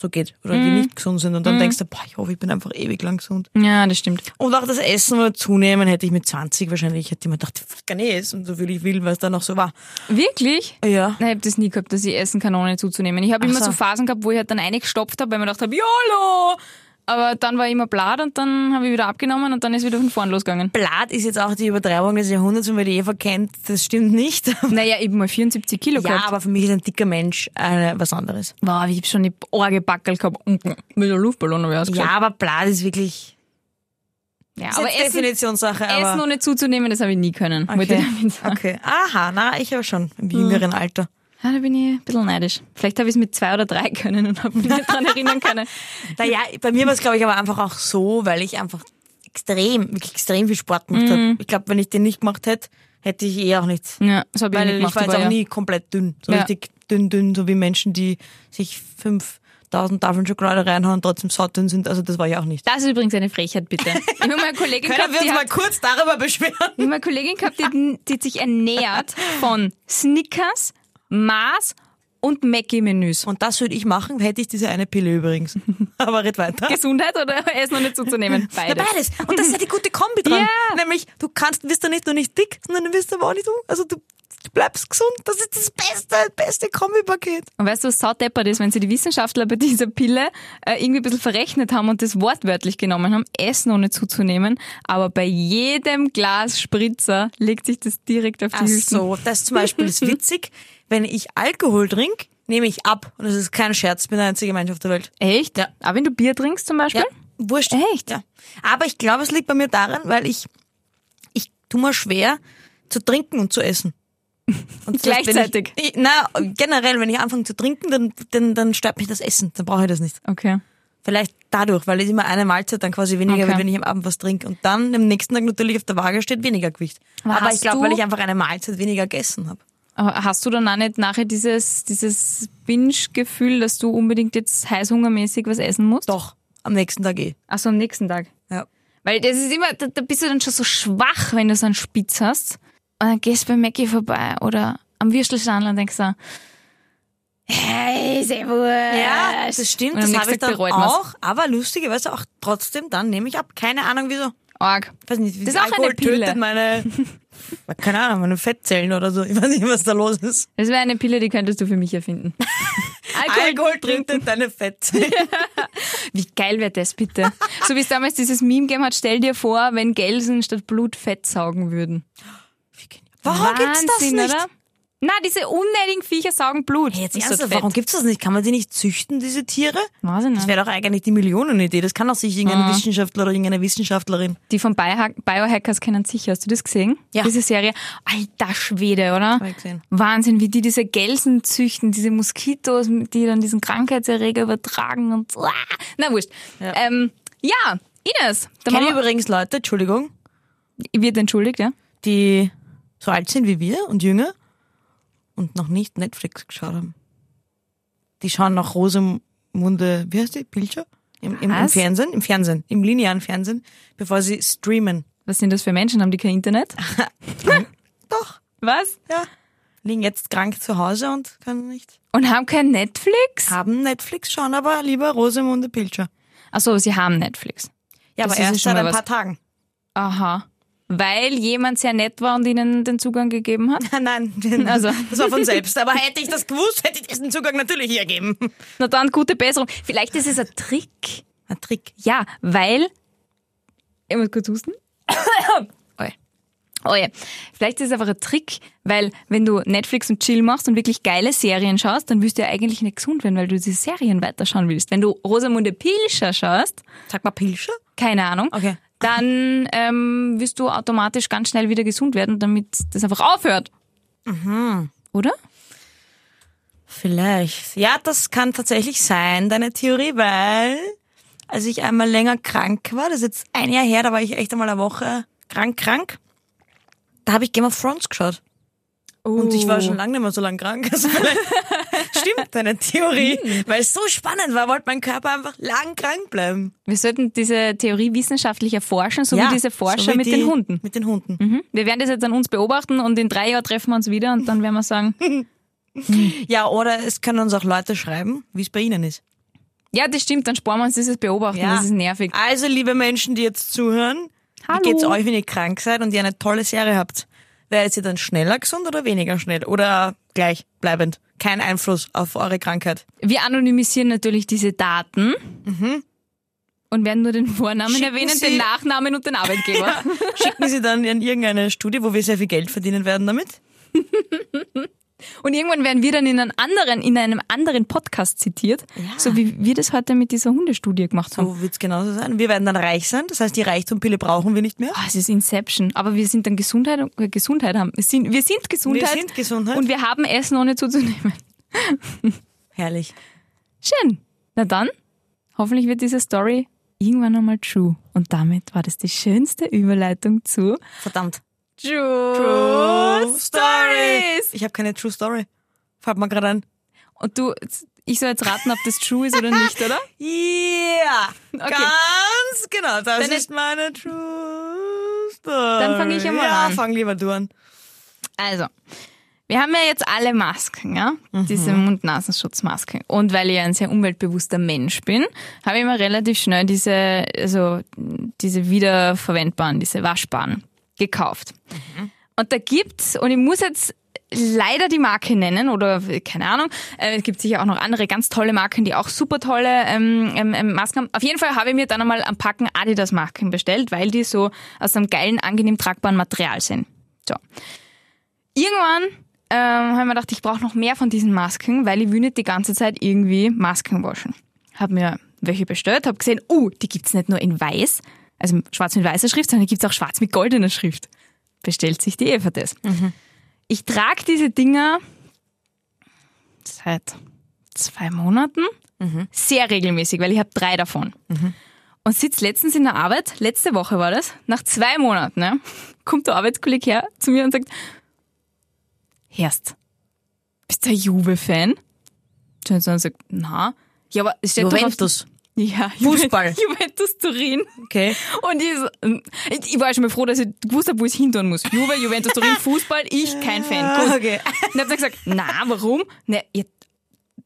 Speaker 3: so geht oder die nicht gesund sind. Und dann denkst du, boah, ich hoffe, ich bin einfach ewig lang gesund.
Speaker 2: Ja, das stimmt.
Speaker 3: Und auch das Essen oder Zunehmen hätte ich mit 20 wahrscheinlich, hätte ich mir gedacht, ich kann eh essen, so viel ich will, weil es dann auch so war.
Speaker 2: Wirklich?
Speaker 3: Ja.
Speaker 2: Nein, ich habe das nie gehabt, dass ich Essen kann, ohne zuzunehmen. Ich habe
Speaker 3: Ach
Speaker 2: immer
Speaker 3: so.
Speaker 2: so Phasen gehabt, wo ich halt dann reingestopft habe, weil ich mir gedacht habe, YOLO! Aber dann war ich immer blad und dann habe ich wieder abgenommen und dann ist wieder von vorn losgegangen.
Speaker 3: Blatt ist jetzt auch die Übertreibung des Jahrhunderts, und wer die Eva kennt, das stimmt nicht.
Speaker 2: Naja, eben mal 74 Kilo
Speaker 3: Ja,
Speaker 2: gehabt.
Speaker 3: aber für mich ist ein dicker Mensch äh, was anderes.
Speaker 2: Wow, ich hab schon die Orge backelt gehabt. Mit der Luftballon habe ich
Speaker 3: Ja,
Speaker 2: ausgeschaut.
Speaker 3: aber Blatt ist wirklich
Speaker 2: Ja,
Speaker 3: ist
Speaker 2: aber
Speaker 3: jetzt
Speaker 2: Essen,
Speaker 3: Definitionssache.
Speaker 2: Essen
Speaker 3: aber
Speaker 2: ohne zuzunehmen, das habe ich nie können. Wollte ich damit sagen.
Speaker 3: okay. Aha, na, ich aber schon im jüngeren Alter.
Speaker 2: Ja, da bin ich ein bisschen neidisch. Vielleicht habe ich es mit zwei oder drei können und habe mich nicht daran erinnern können.
Speaker 3: Naja, bei mir war es, glaube ich, aber einfach auch so, weil ich einfach extrem, wirklich extrem viel Sport gemacht habe. Ich glaube, wenn ich den nicht gemacht hätte, hätte ich eh auch nichts.
Speaker 2: Ja, das habe ich
Speaker 3: Weil
Speaker 2: nicht
Speaker 3: ich,
Speaker 2: gemacht.
Speaker 3: war jetzt
Speaker 2: aber
Speaker 3: auch
Speaker 2: ja.
Speaker 3: nie komplett dünn. So
Speaker 2: Ja.
Speaker 3: richtig dünn, dünn, so wie Menschen, die sich 5000 Tafeln Schokolade reinhauen und trotzdem sautdünn sind. Also das war ich auch nicht.
Speaker 2: Das ist übrigens eine Frechheit, bitte. Ich habe mal eine Kollegin gehabt, die hat,
Speaker 3: kurz darüber beschweren?
Speaker 2: ich hab mal eine Kollegin gehabt, die, die hat sich ernährt von Snickers, Mars und Mackie-Menüs.
Speaker 3: Und das würde ich machen, hätte ich diese eine Pille übrigens. Aber red weiter.
Speaker 2: Gesundheit oder Essen ohne zuzunehmen?
Speaker 3: Ja,
Speaker 2: Beides.
Speaker 3: beides. Und das ist ja die gute Kombi dran.
Speaker 2: Ja.
Speaker 3: Nämlich, du kannst, wirst dann nicht nur nicht dick, sondern du wirst aber auch nicht um. Also du, du bleibst gesund. Das ist das beste, beste Kombipaket.
Speaker 2: Und weißt du, was saudeppert ist, wenn sie die Wissenschaftler bei dieser Pille äh, irgendwie ein bisschen verrechnet haben und das wortwörtlich genommen haben, Essen ohne zuzunehmen, aber bei jedem Glas Spritzer legt sich das direkt auf die
Speaker 3: Ach
Speaker 2: Hüften.
Speaker 3: so, das zum Beispiel ist witzig. Wenn ich Alkohol trinke, nehme ich ab. Und das ist kein Scherz, ich bin der einzige Mensch auf der Welt.
Speaker 2: Echt?
Speaker 3: Ja.
Speaker 2: Aber wenn du Bier trinkst zum Beispiel?
Speaker 3: Ja, wurscht.
Speaker 2: Echt?
Speaker 3: Ja. Aber ich glaube, es liegt bei mir daran, weil ich, ich tu mir schwer zu trinken und zu essen. Und das heißt, wenn
Speaker 2: Gleichzeitig.
Speaker 3: Ich, ich, na, generell, wenn ich anfange zu trinken, dann, dann, dann stört mich das Essen. Dann brauche ich das nicht.
Speaker 2: Okay.
Speaker 3: Vielleicht dadurch, weil es immer eine Mahlzeit dann quasi weniger
Speaker 2: Okay.
Speaker 3: wird, wenn ich am Abend was trinke. Und dann am nächsten Tag natürlich auf der Waage steht weniger Gewicht.
Speaker 2: Aber
Speaker 3: Aber
Speaker 2: hast
Speaker 3: ich glaube,
Speaker 2: du-
Speaker 3: weil ich einfach eine Mahlzeit weniger gegessen habe.
Speaker 2: Aber hast du dann auch nicht nachher dieses, dieses Binge-Gefühl, dass du unbedingt jetzt heißhungermäßig was essen musst?
Speaker 3: Doch, am nächsten Tag eh.
Speaker 2: Ach so, am nächsten Tag.
Speaker 3: Ja.
Speaker 2: Weil das ist immer, da, da bist du dann schon so schwach, wenn du so einen Spitz hast. Und dann gehst du bei Mackie vorbei oder am Würstelstandl und denkst so, hey, sehr
Speaker 3: Ja, das
Speaker 2: Und
Speaker 3: stimmt,
Speaker 2: am
Speaker 3: das
Speaker 2: nächsten
Speaker 3: habe ich
Speaker 2: Tag
Speaker 3: dann
Speaker 2: bereut man's.
Speaker 3: auch. Aber lustigerweise auch trotzdem, dann nehme ich ab. Keine Ahnung wieso.
Speaker 2: Arg.
Speaker 3: Ich weiß nicht, wie
Speaker 2: Das ist auch eine
Speaker 3: Alkohol
Speaker 2: Pille.
Speaker 3: tötet meine, keine Ahnung, meine Fettzellen oder so. Ich weiß nicht, was da los ist.
Speaker 2: Das wäre eine Pille, die könntest du für mich erfinden.
Speaker 3: tötet deine Fettzellen.
Speaker 2: Wie geil wäre das bitte? so wie es damals dieses Meme gegeben hat, stell dir vor, wenn Gelsen statt Blut Fett saugen würden.
Speaker 3: Warum Oh, gibt's das
Speaker 2: Wahnsinn,
Speaker 3: nicht?
Speaker 2: Oder? Na, diese unnötigen Viecher saugen Blut.
Speaker 3: Jetzt
Speaker 2: Ist
Speaker 3: ernsthaft,
Speaker 2: so
Speaker 3: warum gibt's das nicht? Kann man die nicht züchten, diese Tiere?
Speaker 2: Weiß ich
Speaker 3: Das
Speaker 2: nicht.
Speaker 3: wäre doch eigentlich die Millionenidee. Das kann doch sich irgendein
Speaker 2: Mhm.
Speaker 3: Wissenschaftler oder irgendeine Wissenschaftlerin.
Speaker 2: Die von Biohack Biohackers kennen sicher. Hast du das gesehen?
Speaker 3: Ja.
Speaker 2: Diese Serie. Alter Schwede, oder?
Speaker 3: Hab ich gesehen.
Speaker 2: Wahnsinn, wie die diese Gelsen züchten, diese Moskitos, die dann diesen Krankheitserreger übertragen und uah. Na wurscht. Ja, ähm, ja Ines, da
Speaker 3: Kenne
Speaker 2: machen
Speaker 3: übrigens Leute, Entschuldigung,
Speaker 2: wir, wird entschuldigt, ja?
Speaker 3: die so alt sind wie wir und jünger und noch nicht Netflix geschaut haben. Die schauen nach Rosemunde, wie heißt die? Pilcher? Im, im, im
Speaker 2: Was?
Speaker 3: Fernsehen, im Fernsehen, im linearen Fernsehen, bevor sie streamen.
Speaker 2: Was sind das für Menschen? Haben die kein Internet?
Speaker 3: Doch,
Speaker 2: Was?
Speaker 3: ja. Liegen jetzt krank zu Hause und können nicht.
Speaker 2: Und haben kein Netflix?
Speaker 3: Haben Netflix, schauen aber lieber Rosemunde Pilcher.
Speaker 2: Achso, sie haben Netflix.
Speaker 3: Ja,
Speaker 2: Das
Speaker 3: aber
Speaker 2: ist ja
Speaker 3: erst
Speaker 2: schon
Speaker 3: seit
Speaker 2: mal
Speaker 3: ein
Speaker 2: was.
Speaker 3: paar Tagen.
Speaker 2: Aha. Weil jemand sehr nett war und ihnen den Zugang gegeben hat?
Speaker 3: Nein,
Speaker 2: Also.
Speaker 3: das war von selbst. Aber hätte ich das gewusst, hätte ich diesen Zugang natürlich hier gegeben.
Speaker 2: Na dann, gute Besserung. Vielleicht ist es ein Trick.
Speaker 3: Ein Trick.
Speaker 2: Ja, weil. Ich muss kurz husten. Oje. Oje. Vielleicht ist es einfach ein Trick, weil wenn du Netflix und Chill machst und wirklich geile Serien schaust, dann wirst du ja eigentlich nicht gesund werden, weil du diese Serien weiterschauen willst. Wenn du Rosamunde Pilcher schaust,
Speaker 3: Sag mal Pilcher?
Speaker 2: keine Ahnung,
Speaker 3: Okay.
Speaker 2: dann ähm, wirst du automatisch ganz schnell wieder gesund werden, damit das einfach aufhört. Mhm. Oder?
Speaker 3: Vielleicht. Ja, das kann tatsächlich sein, deine Theorie, weil als ich einmal länger krank war, das ist jetzt ein Jahr her, da war ich echt einmal eine Woche krank, krank. Da habe ich Game of Thrones geschaut. Und ich war
Speaker 2: Uh.
Speaker 3: schon lange nicht mehr so lange krank. Also vielleicht stimmt deine Theorie.
Speaker 2: Hm.
Speaker 3: Weil es so spannend war, wollte mein Körper einfach lang krank bleiben.
Speaker 2: Wir sollten diese Theorie wissenschaftlich erforschen, so
Speaker 3: Ja,
Speaker 2: wie diese Forscher
Speaker 3: so wie
Speaker 2: mit
Speaker 3: die-
Speaker 2: den Hunden.
Speaker 3: Mit den Hunden.
Speaker 2: Mhm. Wir werden das jetzt an uns beobachten und in drei Jahren treffen wir uns wieder und dann werden wir sagen,
Speaker 3: Ja, oder es können uns auch Leute schreiben, wie es bei ihnen ist.
Speaker 2: ja, das stimmt, dann sparen wir uns dieses Beobachten,
Speaker 3: Ja.
Speaker 2: das ist nervig.
Speaker 3: Also, liebe Menschen, die jetzt zuhören,
Speaker 2: Hallo.
Speaker 3: wie geht's euch, wenn ihr krank seid und ihr eine tolle Serie habt? Werdet ihr dann schneller gesund oder weniger schnell? Oder gleich bleibend? Kein Einfluss auf eure Krankheit.
Speaker 2: Wir anonymisieren natürlich diese Daten und werden nur den Vornamen
Speaker 3: Mhm. Schicken
Speaker 2: erwähnen,
Speaker 3: Sie-
Speaker 2: den Nachnamen und den Arbeitgeber.
Speaker 3: Schicken Sie dann in irgendeine Studie, wo wir sehr viel Geld verdienen werden damit?
Speaker 2: Und irgendwann werden wir dann in, einem anderen, in einem anderen Podcast zitiert, so wie wir das heute mit dieser Hundestudie gemacht haben.
Speaker 3: So wird's genauso sein. Wir werden dann reich sein. Das heißt, die Reichtumpille brauchen wir nicht mehr.
Speaker 2: Ah, es ist Inception, aber wir sind dann Gesundheit, und- äh, Gesundheit haben. Wir sind, wir sind Gesundheit.
Speaker 3: Wir sind Gesundheit.
Speaker 2: Und wir haben Essen ohne zuzunehmen.
Speaker 3: Herrlich.
Speaker 2: Schön. Na dann, hoffentlich wird diese Story irgendwann einmal true. Und damit war das die schönste Überleitung zu
Speaker 3: Verdammt.
Speaker 2: True,
Speaker 3: Ich habe keine True Story. Fällt mir gerade an.
Speaker 2: Und du, ich soll jetzt raten, ob das true ist oder nicht, oder?
Speaker 3: Ja,
Speaker 2: Okay.
Speaker 3: ganz genau. Das
Speaker 2: Dann
Speaker 3: ist meine True Story.
Speaker 2: Dann fang ich einmal
Speaker 3: ja,
Speaker 2: an.
Speaker 3: fang lieber du an.
Speaker 2: Also, wir haben ja jetzt alle Masken, ja? Diese Mund-Nasenschutzmaske. Und weil ich ein sehr umweltbewusster Mensch bin, habe ich mir relativ schnell diese, also, diese wiederverwendbaren, diese waschbaren gekauft. Und da gibt's, und ich muss jetzt leider die Marke nennen oder keine Ahnung, äh, es gibt sicher auch noch andere ganz tolle Marken, die auch super tolle ähm, ähm, ähm, Masken haben. Auf jeden Fall habe ich mir dann einmal am Packen Adidas Masken bestellt, weil die so aus einem geilen, angenehm tragbaren Material sind. So irgendwann ähm, habe ich mir gedacht, ich brauche noch mehr von diesen Masken, weil ich will nicht die ganze Zeit irgendwie Masken waschen. Hab mir welche bestellt, habe gesehen, uh, die gibt's nicht nur in weiß, also schwarz mit weißer Schrift, sondern die gibt's auch schwarz mit goldener Schrift. Bestellt sich die Eva das.
Speaker 3: Mhm.
Speaker 2: Ich trage diese Dinger seit zwei Monaten
Speaker 3: Mhm.
Speaker 2: sehr regelmäßig, weil ich habe drei davon. Und sitzt letztens in der Arbeit, letzte Woche war das, nach zwei Monaten, ne, kommt der Arbeitskollege her zu mir und sagt, Herst, bist du ein Juve-Fan? Johnson sagt, na. Ja, aber es steht doch auf,
Speaker 3: Juventus.
Speaker 2: Ja,
Speaker 3: Fußball.
Speaker 2: Juventus, Juventus Turin.
Speaker 3: Okay.
Speaker 2: Und ich, so- ähm, ich war schon mal froh, dass ich gewusst habe, wo ich hintun muss. Juve, Juventus Turin, Fußball, ich kein Fan. Gut.
Speaker 3: Okay.
Speaker 2: Und hab dann gesagt, na, warum? Na, ihr,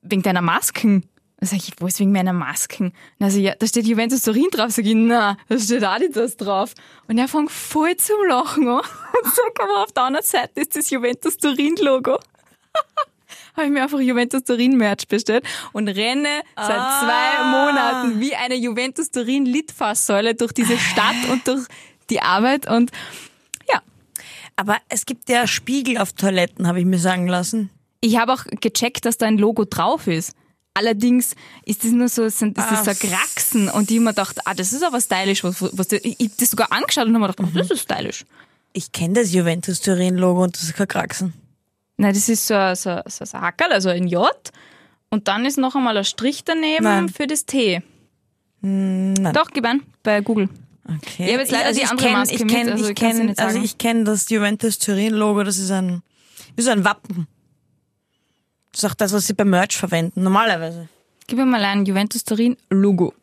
Speaker 2: wegen deiner Masken. Dann sag ich, wo ist wegen meiner Masken? Und also, ja, da steht Juventus Turin drauf. Sag ich, na, da steht Adidas drauf. Und er fängt voll zum Lachen an. Und sag, aber auf der anderen Seite ist das Juventus Turin Logo. Habe ich mir einfach Juventus Turin Merch bestellt und renne seit
Speaker 3: Ah.
Speaker 2: zwei Monaten wie eine Juventus Turin Litfaßsäule durch diese Stadt und durch die Arbeit und ja,
Speaker 3: Aber es gibt ja Spiegel auf Toiletten, habe ich mir sagen lassen.
Speaker 2: Ich habe auch gecheckt, dass da ein Logo drauf ist. Allerdings ist das nur so, sind, ist das so ein Kraxen und ich hab mir gedacht, ah, das ist aber stylisch. Was, was, ich habe das sogar angeschaut und habe mir gedacht, oh, das ist stylisch.
Speaker 3: Ich kenne das Juventus Turin Logo und das ist kein Kraxen.
Speaker 2: Nein, das ist so, ein- so, ein- so ein Hackerl, also ein J. Und dann ist noch einmal ein Strich daneben
Speaker 3: Nein.
Speaker 2: für das T. Doch, gib an, bei Google.
Speaker 3: Okay.
Speaker 2: Ich hab jetzt leider die andere
Speaker 3: kenn-
Speaker 2: Maske
Speaker 3: ich
Speaker 2: mit,
Speaker 3: kenn,
Speaker 2: also
Speaker 3: ich
Speaker 2: kannst du
Speaker 3: kenn,
Speaker 2: nicht
Speaker 3: also
Speaker 2: sagen.
Speaker 3: ich kenne das Juventus Turin Logo, das ist ein wie so ein Wappen. Das ist auch das, was sie beim Merch verwenden, normalerweise.
Speaker 2: Gib mir mal ein Juventus Turin Logo.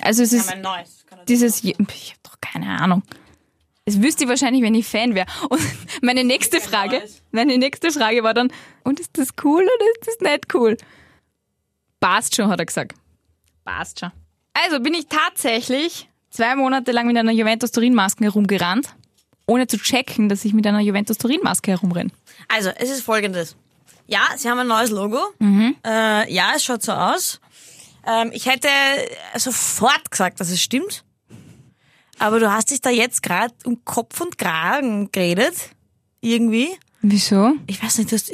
Speaker 2: Also es ist
Speaker 3: neues.
Speaker 2: dieses, ich habe doch keine Ahnung. Das wüsste ich wahrscheinlich, wenn ich Fan wäre. Und meine nächste Frage, meine nächste Frage war dann, und ist das cool oder ist das nicht cool? Passt schon, hat er gesagt. Passt schon. Also bin ich tatsächlich zwei Monate lang mit einer Juventus Turin Maske herumgerannt, ohne zu checken, dass ich mit einer Juventus Turin Maske herumrenne.
Speaker 3: Also, es ist folgendes. Ja, sie haben ein neues Logo.
Speaker 2: Mhm.
Speaker 3: Äh, ja, es schaut so aus. Ähm, ich hätte sofort gesagt, dass es stimmt. Aber du hast dich da jetzt gerade um Kopf und Kragen geredet. Irgendwie.
Speaker 2: Wieso?
Speaker 3: Ich weiß nicht, du hast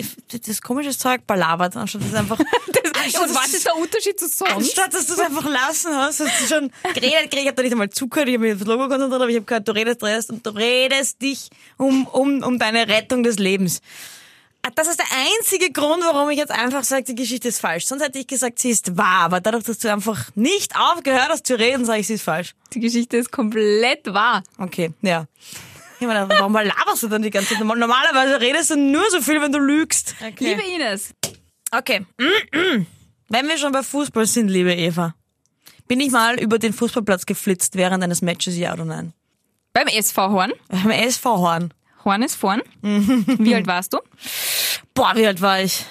Speaker 3: das komische Zeug balabert, anstatt das einfach.
Speaker 2: Und was ist der Unterschied zu sonst?
Speaker 3: Anstatt dass du es einfach lassen hast, hast du schon geredet, geredet, ich habe da nicht einmal zugehört, ich habe mich auf das Logo konzentriert, aber ich habe gehört, du redest, redest und du redest dich um, um, um deine Rettung des Lebens. Ah, Das ist der einzige Grund, warum ich jetzt einfach sage, die Geschichte ist falsch. Sonst hätte ich gesagt, sie ist wahr, aber dadurch, dass du einfach nicht aufgehört hast zu reden, sage ich, sie ist falsch.
Speaker 2: Die Geschichte ist komplett wahr.
Speaker 3: Okay, ja. Ich meine, warum laberst du dann die ganze Zeit? Normalerweise redest du nur so viel, wenn du lügst.
Speaker 2: Liebe Ines,
Speaker 3: Okay. Wenn wir schon bei Fußball sind, liebe Eva, bin ich mal über den Fußballplatz geflitzt während eines Matches, ja oder nein?
Speaker 2: beim SV Horn,
Speaker 3: Beim SV Horn.
Speaker 2: Horn ist vorn. Wie alt warst du?
Speaker 3: Boah, wie alt war ich?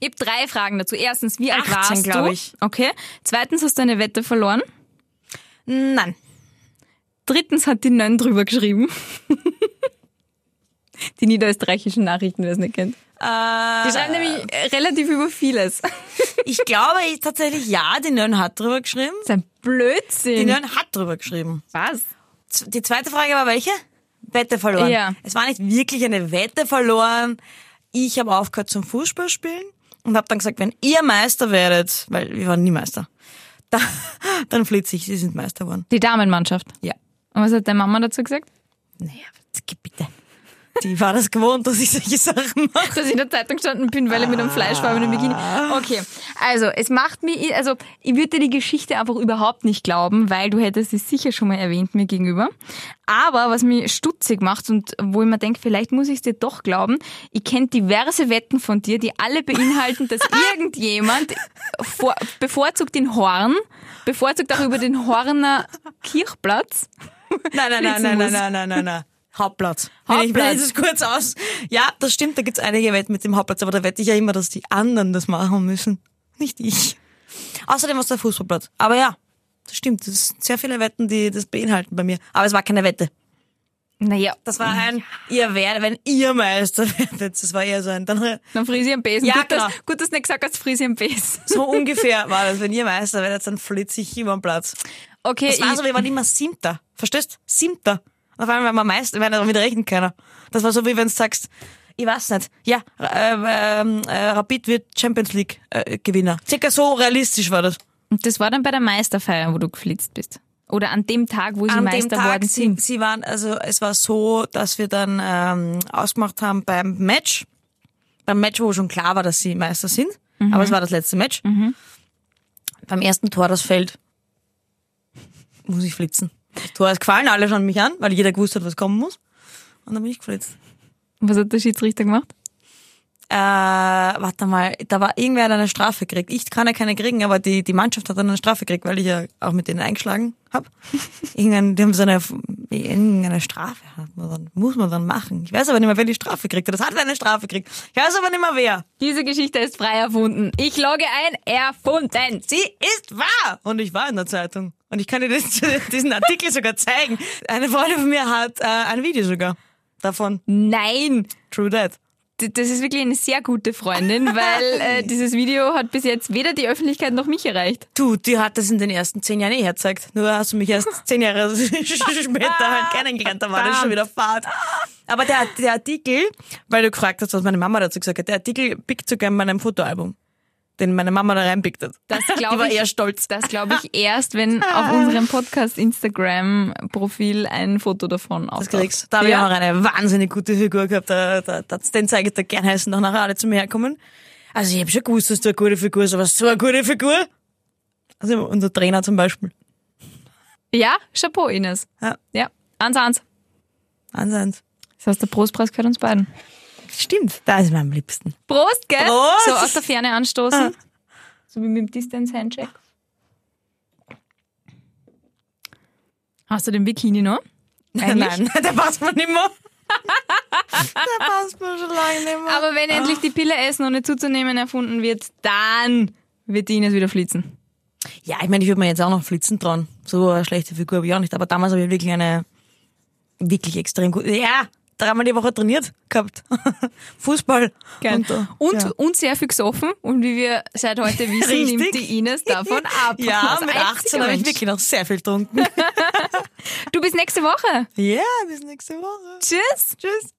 Speaker 2: Ich habe drei Fragen dazu. Erstens, wie alt
Speaker 3: 18,
Speaker 2: warst
Speaker 3: glaub
Speaker 2: du?
Speaker 3: ich.
Speaker 2: Okay. Zweitens, hast du eine Wette verloren?
Speaker 3: Nein.
Speaker 2: Drittens hat die Nönn drüber geschrieben. Die niederösterreichischen Nachrichten, wer es nicht kennt. Die schreiben nämlich äh, relativ über vieles. Das
Speaker 3: Ich glaube ich tatsächlich ja, die Nön hat drüber geschrieben.
Speaker 2: ist ein Blödsinn.
Speaker 3: Die Nön hat drüber geschrieben.
Speaker 2: Was?
Speaker 3: Z- Die zweite Frage war welche? Wette verloren.
Speaker 2: Ja.
Speaker 3: Es war nicht wirklich eine Wette verloren. Ich habe aufgehört zum Fußball spielen und habe dann gesagt, wenn ihr Meister werdet, weil wir waren nie Meister, dann, dann flitze ich, sie sind Meister geworden.
Speaker 2: Die Damenmannschaft.
Speaker 3: Ja.
Speaker 2: Und was hat deine Mama dazu gesagt?
Speaker 3: Naja, gib bitte. Die war das gewohnt, dass ich solche Sachen mache.
Speaker 2: dass ich in der Zeitung gestanden bin, weil ich mit einem fleischfarbenen Bikini.
Speaker 3: Ah.
Speaker 2: Okay, also es macht mir, also ich würde dir die Geschichte einfach überhaupt nicht glauben, weil du hättest es sicher schon mal erwähnt mir gegenüber. Aber was mich stutzig macht und wo ich mir denke, vielleicht muss ich es dir doch glauben, ich kenne diverse Wetten von dir, die alle beinhalten, dass irgendjemand vor, bevorzugt den Horn, bevorzugt auch über den Horner Kirchplatz.
Speaker 3: Nein, nein, nein, nein,
Speaker 2: muss.
Speaker 3: nein, nein, nein, nein, nein. Hauptplatz. Ich
Speaker 2: Hauptplatz.
Speaker 3: blende es kurz aus. Ja, das stimmt, da gibt's einige Wetten mit dem Hauptplatz, aber da wette ich ja immer, dass die anderen das machen müssen. Nicht ich. Außerdem aus der Fußballplatz. Aber ja, das stimmt. Das sind sehr viele Wetten, die das beinhalten bei mir. Aber es war keine Wette.
Speaker 2: Naja,
Speaker 3: Das war ein, ihr werdet, wenn ihr Meister werdet. Das war eher so ein, dann,
Speaker 2: dann frisier am Besen.
Speaker 3: Ja,
Speaker 2: gut,
Speaker 3: klar.
Speaker 2: dass, gut, dass du nicht gesagt hast, frisier am Besen.
Speaker 3: so ungefähr war das. Wenn ihr Meister werdet, dann flitze ich über den Platz.
Speaker 2: Okay,
Speaker 3: Das war so, wir waren immer Siebter. Verstehst? Siebter. Und auf einmal waren wir Meister, wir haben wieder rechnen können. Das war so, wie wenn du sagst, ich weiß nicht, ja, äh, ähm, äh, Rapid wird Champions League äh, Gewinner. Circa so realistisch war das.
Speaker 2: Und das war dann bei der Meisterfeier, wo du geflitzt bist. Oder an dem Tag, wo sie Meister worden
Speaker 3: sie,
Speaker 2: sind.
Speaker 3: sie waren, also es war so, dass wir dann ähm, ausgemacht haben beim Match, beim Match, wo schon klar war, dass sie Meister sind,
Speaker 2: Mhm.
Speaker 3: aber es war das letzte Match. Beim ersten Tor das fällt, muss ich flitzen. Das Tor ist gefallen, alle schauen mich an, weil jeder gewusst hat, was kommen muss. Und dann bin ich geflitzt.
Speaker 2: Was hat der Schiedsrichter gemacht?
Speaker 3: äh, warte mal, da war irgendwer hat eine Strafe gekriegt. Ich kann ja keine kriegen, aber die, die Mannschaft hat dann eine Strafe gekriegt, weil ich ja auch mit denen eingeschlagen habe. Irgendein, die haben so eine, irgendeine Strafe hat man dann, muss man dann machen. Ich weiß aber nicht mehr, wer die Strafe kriegt. Das hat wer eine Strafe gekriegt. Ich weiß aber nicht mehr wer.
Speaker 2: Diese Geschichte ist frei erfunden. Ich logge ein, erfunden.
Speaker 3: Sie ist wahr! Und ich war in der Zeitung. Und ich kann dir das, diesen Artikel sogar zeigen. Eine Freundin von mir hat äh, ein Video sogar davon.
Speaker 2: Nein!
Speaker 3: True that.
Speaker 2: D- Das ist wirklich eine sehr gute Freundin, weil äh, dieses Video hat bis jetzt weder die Öffentlichkeit noch mich erreicht.
Speaker 3: Du, die hat das in den ersten zehn Jahren eh herzeigt. Nur hast du mich erst zehn Jahre später halt kennengelernt, da war das schon wieder Fahrt. Aber der, der Artikel, weil du gefragt hast, was meine Mama dazu gesagt hat, der Artikel pickt sogar in meinem Fotoalbum, den meine Mama da reinpickt hat.
Speaker 2: Das
Speaker 3: Die
Speaker 2: glaube
Speaker 3: war
Speaker 2: ich.
Speaker 3: eher stolz.
Speaker 2: Das glaube ich erst, wenn auf unserem Podcast Instagram Profil ein Foto davon
Speaker 3: Das
Speaker 2: auftaucht.
Speaker 3: kriegst. Da habe ich auch noch eine wahnsinnig gute Figur gehabt. Da, da, da, den zeige ich dir gern heißen, noch nachher alle zu mir herkommen. Also ich habe schon gewusst, dass du eine gute Figur hast, aber so eine gute Figur. Also unser Trainer zum Beispiel.
Speaker 2: Ja, Chapeau, Ines.
Speaker 3: Ja.
Speaker 2: Ja, eins, eins.
Speaker 3: Wahnsinn.
Speaker 2: Das heißt, der Prostpreis gehört uns beiden.
Speaker 3: Stimmt, da ist mein liebsten.
Speaker 2: Prost, gell?
Speaker 3: Prost! Ah.
Speaker 2: So aus der Ferne anstoßen. So wie mit dem Distance Handshake. Hast du den Bikini noch? Eigentlich?
Speaker 3: Nein, der passt mir nicht mehr. der passt mir schon lange nicht mehr.
Speaker 2: Aber wenn endlich die Pille Essen ohne zuzunehmen erfunden wird, dann wird die Ines wieder flitzen.
Speaker 3: ja, ich meine, ich würde mir jetzt auch noch flitzen trauen. So eine schlechte Figur habe ich auch nicht. Aber damals habe ich wirklich eine wirklich extrem gute. Ja, dreimal die Woche trainiert gehabt. Fußball. äh,
Speaker 2: Gell? Und,
Speaker 3: da-
Speaker 2: und,
Speaker 3: ja.
Speaker 2: sehr viel gesoffen. Und wie wir seit heute wissen, nimmt
Speaker 3: Richtig.
Speaker 2: die Ines davon ab.
Speaker 3: Ja,
Speaker 2: Als
Speaker 3: mit
Speaker 2: einziger
Speaker 3: 18 habe ich
Speaker 2: Mensch.
Speaker 3: wirklich noch sehr viel getrunken.
Speaker 2: Du bist nächste Woche.
Speaker 3: ja, bis nächste Woche.
Speaker 2: Tschüss.
Speaker 3: Tschüss.